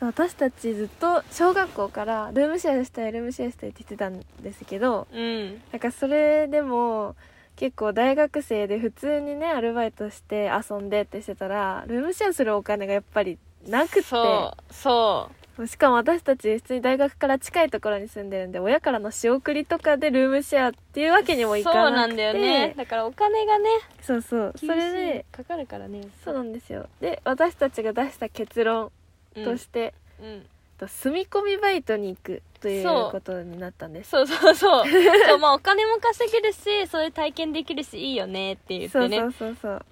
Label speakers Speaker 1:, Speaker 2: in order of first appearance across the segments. Speaker 1: 私たちずっと小学校からルームシェアしたいルームシェアしたいって言ってたんですけど
Speaker 2: うん
Speaker 1: なんかそれでも結構大学生で普通にねアルバイトして遊んでってしてたらルームシェアするお金がやっぱりなくって
Speaker 2: そうそ
Speaker 1: しかも私たち普通に大学から近いところに住んでるんで親からの仕送りとかでルームシェアっていうわけにも
Speaker 2: う
Speaker 1: い
Speaker 2: そ
Speaker 1: か
Speaker 2: う
Speaker 1: なくて
Speaker 2: なんだよねだからお金がね
Speaker 1: そうそうそ
Speaker 2: それ
Speaker 1: れ
Speaker 2: で
Speaker 1: で
Speaker 2: かかるからね
Speaker 1: そうなんですよで私たちが出した結論
Speaker 2: うん
Speaker 1: として、
Speaker 2: うん
Speaker 1: と住み込みバイトに行くという
Speaker 2: そう
Speaker 1: ことになったんです
Speaker 2: そうそうそうそうまあお金も稼げるしそういう体験できるしいいよねって言っ
Speaker 1: そ
Speaker 2: て
Speaker 1: う
Speaker 2: ね
Speaker 1: そうそうそう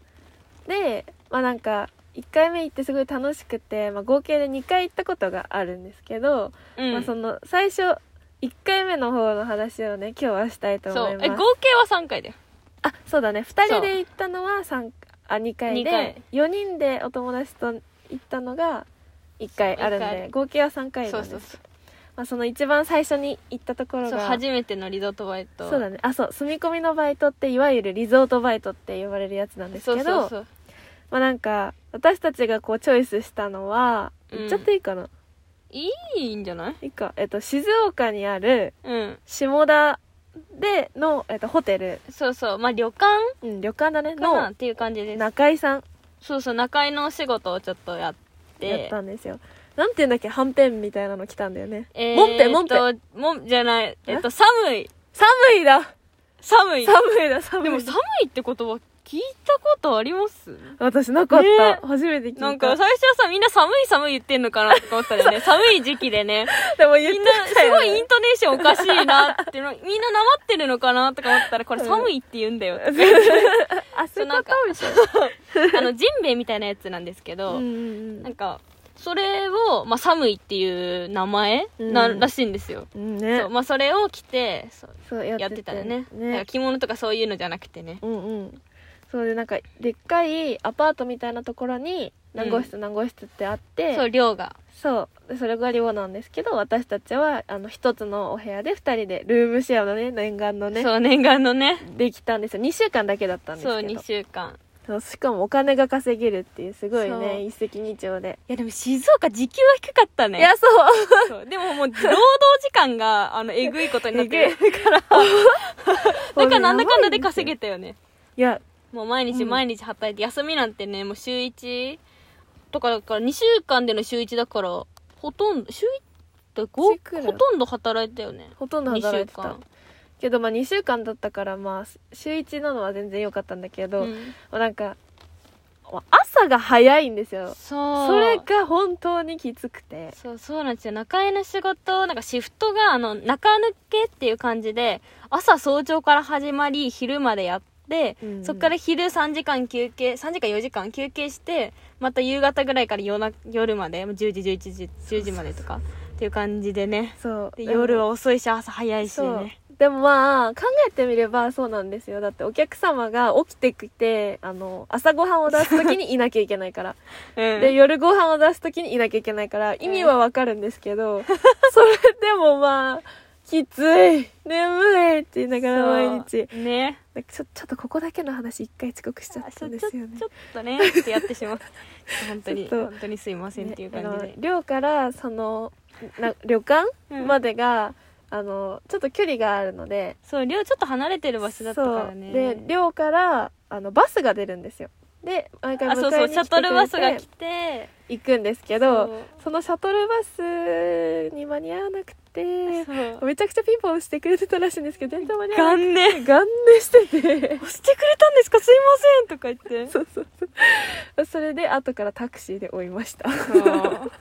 Speaker 1: でまあなんか1回目行ってすごい楽しくて、まあ、合計で2回行ったことがあるんですけど、
Speaker 2: うん
Speaker 1: まあ、その最初1回目の方の話をね今日はしたいと
Speaker 2: そ
Speaker 1: 思
Speaker 2: う
Speaker 1: い
Speaker 2: え
Speaker 1: ま
Speaker 2: 合
Speaker 1: す
Speaker 2: 計は3回だよ
Speaker 1: あそうだね2人で行ったのは三あ2回
Speaker 2: 二回
Speaker 1: で4人でお友達と行ったのが1回あるん
Speaker 2: そう一回あ
Speaker 1: で
Speaker 2: る
Speaker 1: 合計は3回
Speaker 2: そ
Speaker 1: な
Speaker 2: うん
Speaker 1: ですよ
Speaker 2: そうそう
Speaker 1: まあ、その一番最初に行ったところ
Speaker 2: そう
Speaker 1: が
Speaker 2: 初めてのリゾートバイト
Speaker 1: そうだねあそう住み込みのバイトっていわゆるリゾートバイトって呼ばれるやつなんですけ
Speaker 2: そ
Speaker 1: ど
Speaker 2: うそうそう
Speaker 1: まあなんか私たちがこうチョイスしたのは
Speaker 2: うん
Speaker 1: 言っちゃっていいかな、
Speaker 2: いいんじゃない
Speaker 1: いいか、えっと、静岡にある
Speaker 2: うん
Speaker 1: 下田での、えっと、ホテル、
Speaker 2: そうそうまあ旅館
Speaker 1: うん、旅館だね
Speaker 2: かな
Speaker 1: の
Speaker 2: っていう感じです
Speaker 1: 中井さん
Speaker 2: そうそう中居のお仕事をちょっとやって
Speaker 1: やったんですよなんていうんだっけはんぺんみたいなの来たんだよね
Speaker 2: え
Speaker 1: もんぺもんぺ
Speaker 2: んぺもんじゃないえっと寒い
Speaker 1: 寒いだ
Speaker 2: 寒い
Speaker 1: 寒いだ寒い
Speaker 2: でも
Speaker 1: だ
Speaker 2: 寒いって言葉聞いたことあります
Speaker 1: 私なかった、
Speaker 2: ね
Speaker 1: 初めて聞いた
Speaker 2: なんか最初はさみんな寒い寒い言ってんのかなとか思った よね寒い時期でね
Speaker 1: でも言っ
Speaker 2: み
Speaker 1: て
Speaker 2: んな
Speaker 1: た
Speaker 2: す
Speaker 1: よ
Speaker 2: ご
Speaker 1: ね
Speaker 2: いイントネーションおかしいなってのみんななまってるのかなとか思ったらこれ
Speaker 1: うん
Speaker 2: 寒いって言うんだよって
Speaker 1: あそういうこ
Speaker 2: なんか
Speaker 1: とみたい
Speaker 2: あのジンベエみたいなやつなんですけ
Speaker 1: な
Speaker 2: ど、
Speaker 1: うんうん
Speaker 2: なんかそれを、まあ、寒いっていう名前な、
Speaker 1: うん
Speaker 2: らしいんですよ、
Speaker 1: うんうんね
Speaker 2: そうまあ、それを着てそう
Speaker 1: そうや
Speaker 2: やってたらねだから着物とかそういうのじゃなくてね
Speaker 1: うんうんそうでなんかでっかいアパートみたいなところに何号室何号室ってあって、
Speaker 2: そう寮が
Speaker 1: そうでそれが寮なんですけど私たちはあの一つのお部屋で2人でルームシェアのね念願のね
Speaker 2: そう念願のね
Speaker 1: できたんですよ2週間だけだったんですけ
Speaker 2: そう
Speaker 1: ど
Speaker 2: 2週間
Speaker 1: そうしかもお金が稼げるっていうすごい
Speaker 2: そう
Speaker 1: ね一石二鳥で、
Speaker 2: いやでも静岡時給は低かったね
Speaker 1: いやそう
Speaker 2: そうでももう労働時間があのえぐいことに なってるから だからなんだかんだ で稼げたよね
Speaker 1: いや
Speaker 2: もう毎日
Speaker 1: うん
Speaker 2: 毎日働いて、休みなんてねもう週1とかだから2週間での週1だからほとんど週1
Speaker 1: 週
Speaker 2: ほ
Speaker 1: いくら
Speaker 2: とんど働いたよね
Speaker 1: ほとんど
Speaker 2: 2
Speaker 1: 働
Speaker 2: 週
Speaker 1: いてた
Speaker 2: 間、
Speaker 1: けどまあ2週間だったからまあ週1なのは全然良かったんだけど、
Speaker 2: うん
Speaker 1: もうなんか朝が早いんですよ
Speaker 2: そう
Speaker 1: それが本当にきつくて
Speaker 2: そうそうなんですよ中江の仕事なんかシフトがあの中抜けっていう感じで朝早朝から始まり昼までやっ
Speaker 1: う
Speaker 2: て、
Speaker 1: ん
Speaker 2: そっから昼3時間休憩3時間4時間休憩してまた夕方ぐらいから夜な夜までもう10時11時10時までとかっていう感じでね
Speaker 1: そう
Speaker 2: で夜は
Speaker 1: を
Speaker 2: 遅いし朝早いし
Speaker 1: そう
Speaker 2: ね
Speaker 1: でもまあ考えてみればそうなんですよだってお客様が起きてきてあの朝ごはんを出す時にいなきゃいけないから
Speaker 2: うん
Speaker 1: で夜ご飯を出す時にいなきゃいけないから意味はわかるんですけ ど、それでもまあきつい眠いって言いながら毎日
Speaker 2: そうね
Speaker 1: なんかちょちょっとここだけの話一回遅刻しちゃったんですよね
Speaker 2: ちょちょっとねちょっとやってしまう本当 に
Speaker 1: ちょっと
Speaker 2: 本当にすいませんっていう感じで、
Speaker 1: ねあの寮からそのな旅館
Speaker 2: うん
Speaker 1: までが、あのちょっと距離があるので
Speaker 2: そう寮ちょっと離れてる場所だったからね
Speaker 1: そうで寮からあのバスが出るんですよで毎回
Speaker 2: あそ
Speaker 1: 迎
Speaker 2: うそ
Speaker 1: え
Speaker 2: う
Speaker 1: に
Speaker 2: シ
Speaker 1: 来
Speaker 2: ャ
Speaker 1: てく
Speaker 2: トルバ
Speaker 1: れ
Speaker 2: スが
Speaker 1: て
Speaker 2: 来て
Speaker 1: 行くんですけ
Speaker 2: そ
Speaker 1: ど
Speaker 2: う
Speaker 1: そのシャトルバスに間に合わなくて
Speaker 2: そう
Speaker 1: めちゃくちゃピンポンしてくれてたらしいんですけど全然間に合わなく
Speaker 2: 元年
Speaker 1: てガン寝 してて
Speaker 2: 押してくれたんですかすいませんとか言って
Speaker 1: そうそうそうそれで後からタクシーで追いました
Speaker 2: そう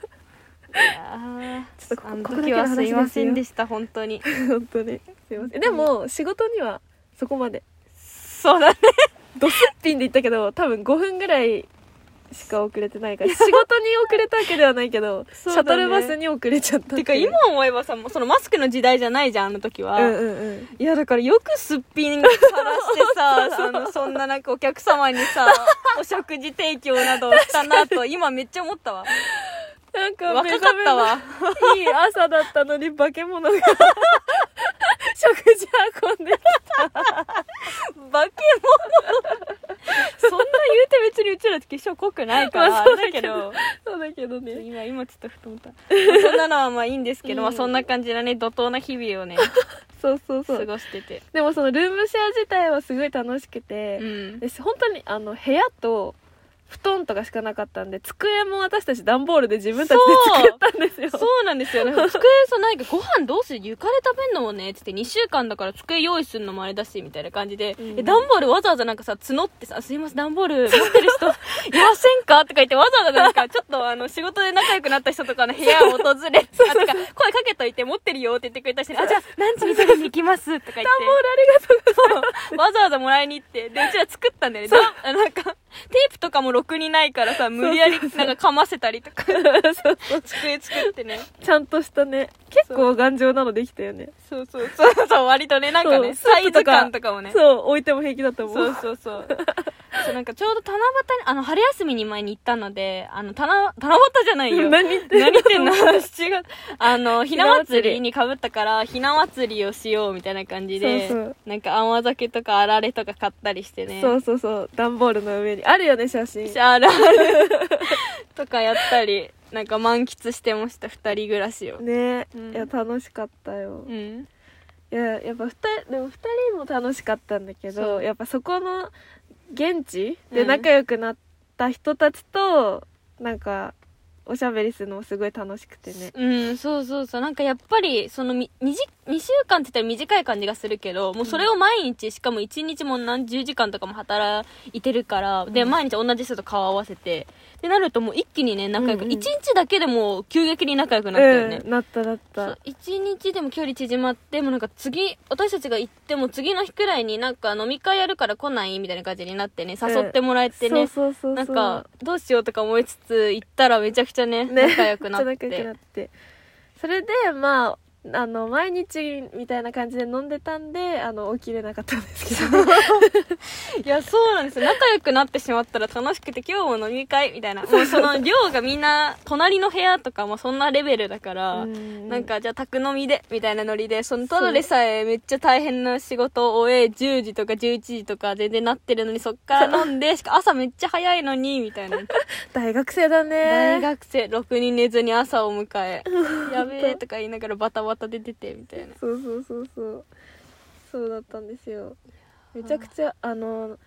Speaker 2: いや
Speaker 1: ちょっ
Speaker 2: ー
Speaker 1: とこ
Speaker 2: あの
Speaker 1: ここだ
Speaker 2: 時
Speaker 1: けの
Speaker 2: は
Speaker 1: 話
Speaker 2: すいません
Speaker 1: で
Speaker 2: でした本当に
Speaker 1: 本当にすいませんでも仕事にはそこまで
Speaker 2: そうだね
Speaker 1: ドスッピンで言ったけど多分5分ぐらいしか遅れてないから 仕事に遅れたわけではないけど、シ
Speaker 2: そうだね
Speaker 1: ャトルバスに遅れちゃった
Speaker 2: てか
Speaker 1: いう
Speaker 2: 今思えばさもうそのマスクの時代じゃないじゃんあの時は、
Speaker 1: うんうんうん
Speaker 2: いやだからよくすっぴんさらしてさあのそんななんかお客様にさお食事提供などをしたなと今めっちゃ思ったわ
Speaker 1: なんか
Speaker 2: 若かったわ
Speaker 1: 目覚めのいい朝だったのに化け物 が食事運んでき
Speaker 2: 化けそんな言うて別にうちらって化粧濃くないから、
Speaker 1: まあ
Speaker 2: あ
Speaker 1: そう
Speaker 2: れ
Speaker 1: だ
Speaker 2: だけ
Speaker 1: けど
Speaker 2: ど
Speaker 1: そうだけどね
Speaker 2: 今今ちょっと 太ったそんなのはまあいいんですけ
Speaker 1: う
Speaker 2: ど、
Speaker 1: ん
Speaker 2: まあ、そんな感じだね怒涛な日々をね
Speaker 1: そうそうそ
Speaker 2: 過
Speaker 1: う
Speaker 2: ごしてて
Speaker 1: でもそのルームシェア自体はすごい楽しくて、
Speaker 2: うん
Speaker 1: で本当にあの部屋と布団とかしかなかったんで机も私たち段ボールで自分たちで作ったんですよ
Speaker 2: そうなんですよね 机さないけどご飯どうする床で食べんのもねっつって2週間だから机用意するのもあれだしみたいな感じで、
Speaker 1: うん
Speaker 2: え段ボールわざわざなんかさ募ってさ「すいません段ボ ール持ってる人いませんか?」とか言ってわざわざなんかちょっとあの仕事で仲良くなった人とかの部屋を訪れ てあとか声かけといて持ってるよって言ってくれた人に「あじゃあランチに食べに行きます」とか言って
Speaker 1: 段ボールありがとう
Speaker 2: わざわざもらいに行って、で、うちら作ったんだよね。だあなんか、テープとかもろくにないからさ、無理やりなんかかませたりと か、机作ってね。
Speaker 1: ちゃんとしたね結構頑丈なのできたよね
Speaker 2: そうそうそう、そう割とね、なんかね、
Speaker 1: そう
Speaker 2: サイズ感とかもね。そう
Speaker 1: そう置いても平気だと思う
Speaker 2: そうそうそう。そうなんかちょうど七夕に、あの、春休みに前に行ったので、あの、七七夕じゃないよ。
Speaker 1: 何言ってんの
Speaker 2: 何言ってん の ?7 月。あの、ひな祭
Speaker 1: ひな祭り
Speaker 2: りにかぶったから、ひな祭りをしようみたいな感じで、
Speaker 1: そうそう
Speaker 2: なんか甘酒とかあられとか買ったりして ね。
Speaker 1: そうそうそう段ボールの上にあるよね写真
Speaker 2: シャ ーラーとかやったりなんか満喫してました二人暮らしを
Speaker 1: ね、
Speaker 2: うん
Speaker 1: いや楽しかったよ、
Speaker 2: う
Speaker 1: い
Speaker 2: ん
Speaker 1: ややっぱ2人でも2人も楽しかったんだけ
Speaker 2: そ
Speaker 1: ど
Speaker 2: う
Speaker 1: やっぱそこの現地
Speaker 2: う
Speaker 1: で
Speaker 2: ん
Speaker 1: 仲良くなった人たちと、なんかおしゃべりするのもすごい楽しくてね
Speaker 2: うんそうそうそうなんかやっぱりそのみ 2, じ2週間って言ったら短い感じがするけどもうそれを毎日しかも1日も何十時間とかも働いてるから、で
Speaker 1: うん
Speaker 2: 毎日同じ人と顔合わせてってなるともう一気にね仲良
Speaker 1: う
Speaker 2: く、
Speaker 1: んうん
Speaker 2: 一1日だけでも急激に仲良くなったよね、
Speaker 1: うん、なったなっ
Speaker 2: そ
Speaker 1: た
Speaker 2: う一日でも距離縮まってもうなんか次私たちが行っても次の日くらいになんか飲み会やるから来ないみたいな感じになってね誘ってもらえてね、
Speaker 1: そうそうそうそう
Speaker 2: なんかどうしようとか思いつつ行ったらめちゃくちゃね
Speaker 1: ね
Speaker 2: 仲良くな っ
Speaker 1: め
Speaker 2: て
Speaker 1: ちゃ仲良くなってそれでまああの毎日みたいな感じで飲んでたんであの起きれなかったんですけど
Speaker 2: いやそうなんですよ仲良くなってしまったら楽しくて今日も飲み会みたいなもう その寮がみんな隣の部屋とかもそんなレベルだから、なんかじゃあ宅飲みでみたいなノリでそのただでさえめっちゃ大変な仕事を終え10時とか11時とか全然なってるのにそっから飲んでしか朝めっちゃ早いのにみたいな
Speaker 1: 大学生だね
Speaker 2: 大学生ろくに寝ずに朝を迎 えやべえとか言いながらバタバタで出てみたいな
Speaker 1: そうそうそうそうそうだったんですよめちゃくちゃあの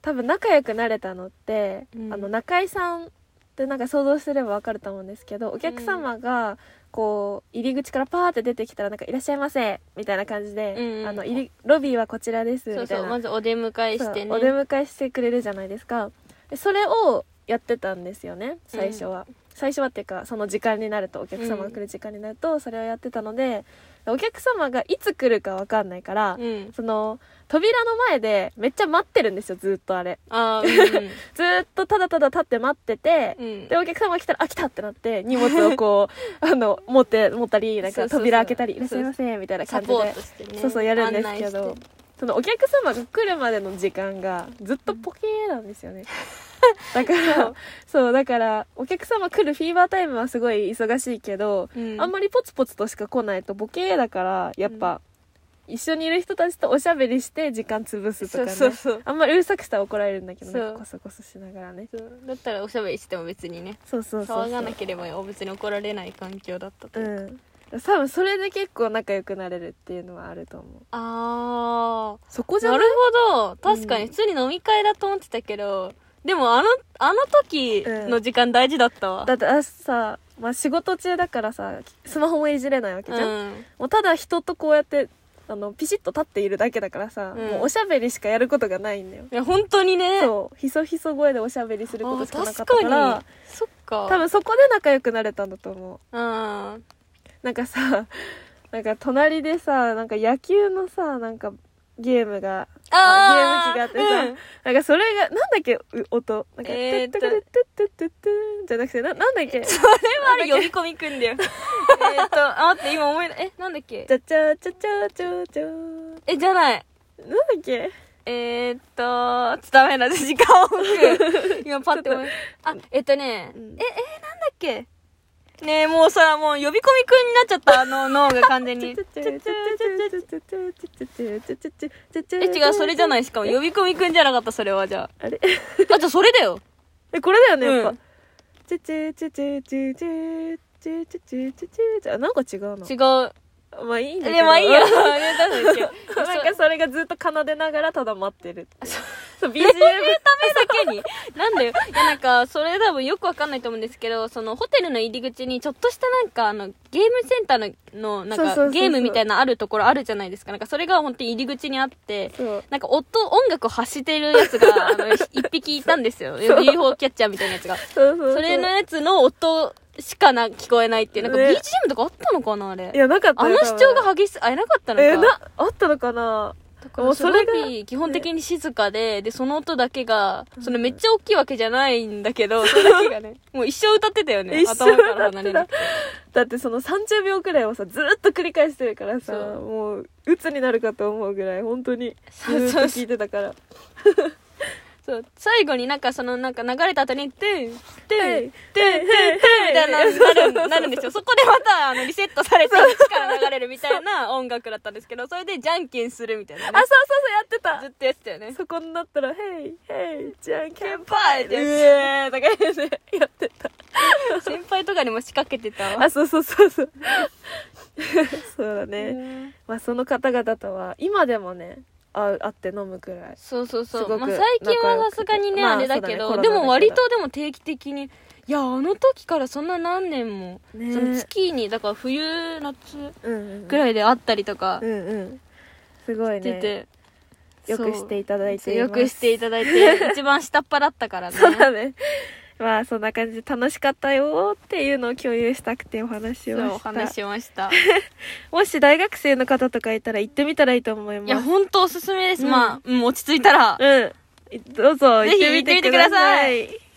Speaker 1: 多分仲良くなれたのって、
Speaker 2: うん
Speaker 1: あの中居さんってなんか想像すればわかると思うんですけどお客様がこう入り口からパーって出てきたらなんか「いらっしゃいませ」みたいな感じで、
Speaker 2: うんうん
Speaker 1: あの入りロビーはこちらですみた
Speaker 2: そ
Speaker 1: いうな
Speaker 2: そうまずお出迎えしてね
Speaker 1: そうお出迎えしてくれるじゃないですかでそれをやってたんですよね最初は、最初はっていうかその時間になるとお客様が来る時間になるとそれをやってたので、お客様がいつ来るかわかんないから、
Speaker 2: うん
Speaker 1: その扉の前でめっちゃ待ってるんですよずっとあれ
Speaker 2: あーうん
Speaker 1: ずっとただただ立って待ってて、
Speaker 2: う ん、うん
Speaker 1: でお客様が来たら「あ来た!」ってなって荷物をこ うあの持って持ったりなん
Speaker 2: そう
Speaker 1: か
Speaker 2: そうそう
Speaker 1: 扉開けたり「いらっしゃいませ」みたいな
Speaker 2: サ
Speaker 1: 感じ
Speaker 2: ポー
Speaker 1: で
Speaker 2: トしてね
Speaker 1: そうそうやるんですけ
Speaker 2: 案
Speaker 1: ど
Speaker 2: 内して
Speaker 1: そのお客様が来るまでの時間がずっとポケーなんです よね、だからそうだからお客様来るフィーバータイムはすごい忙しいけど、
Speaker 2: うん
Speaker 1: あんまりポツポツとしか来ないとボケーだからやっぱ、一緒にいる人たちとおしゃべりして時間潰すとかね
Speaker 2: そうそうそう
Speaker 1: あんまりうるさくしたら怒られるんだけどね
Speaker 2: そう
Speaker 1: コソコソしながらね
Speaker 2: そうだったらおしゃべりしても別にね
Speaker 1: そうそうそうそう
Speaker 2: 騒がなければ別に怒られない環境だったといううか、
Speaker 1: ん多分それで結構仲良くなれるっていうのはあると思う
Speaker 2: あ
Speaker 1: そこ
Speaker 2: ー
Speaker 1: じゃ
Speaker 2: な
Speaker 1: ない
Speaker 2: るほど確か
Speaker 1: う
Speaker 2: に
Speaker 1: ん
Speaker 2: 普通に飲み会だと思ってたけど、でもあのあの時の時間大事だったわ、
Speaker 1: だって私さ、まあ、仕事中だからさスマホもいじれないわけ
Speaker 2: う
Speaker 1: じゃん、
Speaker 2: ん、
Speaker 1: もうただ人とこうやってあのピシッと立っているだけだからさ、
Speaker 2: うん
Speaker 1: もうおしゃべりしかやることがないんだよ
Speaker 2: いや本当にね
Speaker 1: そうひそひそ声でおしゃべりする
Speaker 2: あ
Speaker 1: こと
Speaker 2: ー
Speaker 1: しかなかった
Speaker 2: 確
Speaker 1: か
Speaker 2: からにそっか
Speaker 1: 多分そこで仲良くなれたんだと思う
Speaker 2: うん
Speaker 1: なんかさ なんか隣でさなんか野球のさなんかゲームが
Speaker 2: あー
Speaker 1: ゲーム機があってさ、なんかそれがなんだっけう音なんか「
Speaker 2: えーっと
Speaker 1: トゥットゥットゥットゥットゥン」じゃなくてななんだっけ
Speaker 2: あれ読み込みく んだよえっとあ待って今思い出えなんだっけ
Speaker 1: じゃちゃちゃちゃちゃちゃなんだ
Speaker 2: えじゃない
Speaker 1: っけ
Speaker 2: えー、っと、ちょっとダメだ、時間を置く。今パッて思いあ、えっとね、
Speaker 1: うん
Speaker 2: え、えー、なんだっけねえもうさもう呼び込みくんになっちゃったあの脳が完全にえ違うそれじゃないしかも呼び込みくんじゃなかったそれはじゃあ
Speaker 1: あれ
Speaker 2: あじゃあそれだよ
Speaker 1: えこれだよねやっ
Speaker 2: うん
Speaker 1: ぱチュチュチュチュチュチュチュチュチュチュチュチュあなんか違う
Speaker 2: 違う
Speaker 1: なまあいいんだけ
Speaker 2: で
Speaker 1: ど
Speaker 2: まあいいやね多分違う
Speaker 1: なんかそれがずっと奏でながらただ待ってるっていうそう BGM
Speaker 2: ためだ けになんだよいやなんかそれ多分よくわかんないと思うんですけどそのホテルの入り口にちょっとしたなんかあのゲームセンターののなん
Speaker 1: そうそうそうそ
Speaker 2: か
Speaker 1: う
Speaker 2: ゲームみたいなあるところあるじゃないですかなんかそれが本当に入り口にあって
Speaker 1: そう
Speaker 2: なんか音音楽を発してるやつがあ の一匹いたんですよ UFO キャッチャーみたいなやつが
Speaker 1: そうそう
Speaker 2: それのやつの音しかな聞こえないっていうなんか
Speaker 1: ね
Speaker 2: BGM とかあったのかなあ
Speaker 1: い
Speaker 2: れ
Speaker 1: やなかった
Speaker 2: あ
Speaker 1: よ
Speaker 2: の
Speaker 1: 多
Speaker 2: 主
Speaker 1: 分
Speaker 2: 張が激しあえなかったのか
Speaker 1: えなあったのかな
Speaker 2: も
Speaker 1: も
Speaker 2: う
Speaker 1: う
Speaker 2: そ
Speaker 1: そ
Speaker 2: れ
Speaker 1: れが
Speaker 2: が基本的に静かで、で、その音だけが、そのめっちゃ大きいわけじゃないんだけど、それだけがね、もう一生歌ってたよ ね。
Speaker 1: 一生
Speaker 2: 頭から離れなくて。
Speaker 1: だってその30秒くらいをさずーっと繰り返してるからさ
Speaker 2: そう
Speaker 1: もう鬱になるかと思うぐらい本当にず
Speaker 2: そう
Speaker 1: ーっと
Speaker 2: そう
Speaker 1: 聞いてたから
Speaker 2: そう、最後になんかそのなんか流れた後に、トゥン、ト
Speaker 1: は
Speaker 2: ゥン、
Speaker 1: い
Speaker 2: トゥン、トゥン、トゥンみたいなのになる、なるんですよ。そこでまた、あの、リセットされて、一から流れるみた いな音楽だったんですけど、それでじゃんけんするみたい
Speaker 1: あ
Speaker 2: な
Speaker 1: そう
Speaker 2: ね。
Speaker 1: そうそうやって
Speaker 2: ずっとやってたよね
Speaker 1: た。そこになったら「ヘイヘイじゃんけん
Speaker 2: 先
Speaker 1: ぽん」
Speaker 2: 輩
Speaker 1: う
Speaker 2: です。
Speaker 1: えーとか言ってやってた
Speaker 2: 先輩とかにも仕掛けてたわ。
Speaker 1: あそうそうそうそう そうだね、
Speaker 2: うん
Speaker 1: まあその方々とは今でもね会う会って飲むくらい
Speaker 2: そうそうそ
Speaker 1: す
Speaker 2: う、
Speaker 1: ごく
Speaker 2: まあ、最近はさすがにね、
Speaker 1: 仲
Speaker 2: あれ
Speaker 1: 良くてまあ
Speaker 2: だけど
Speaker 1: そうだねコロナだけ
Speaker 2: で
Speaker 1: ど
Speaker 2: も割とでも定期的にいやあの時からそんな何年も、
Speaker 1: ね
Speaker 2: その月にだから冬夏
Speaker 1: うんうん
Speaker 2: ぐらいで会ったりとか
Speaker 1: うんうんすごい
Speaker 2: して
Speaker 1: ね
Speaker 2: て、
Speaker 1: よくしていただい
Speaker 2: そ
Speaker 1: て
Speaker 2: う
Speaker 1: います
Speaker 2: よくしていただ いて一番下っ端だったからね
Speaker 1: そうだねまあそんな感じで楽しかったよっていうのを共有したくてお話を
Speaker 2: そうお
Speaker 1: した
Speaker 2: 話ししました
Speaker 1: もし大学生の方とかいたら行ってみたらいいと思います
Speaker 2: いや本当おすすめです、
Speaker 1: うん
Speaker 2: まあ、うん、落ち着いたら
Speaker 1: うんどうぞ行っ
Speaker 2: ぜひ
Speaker 1: てみてください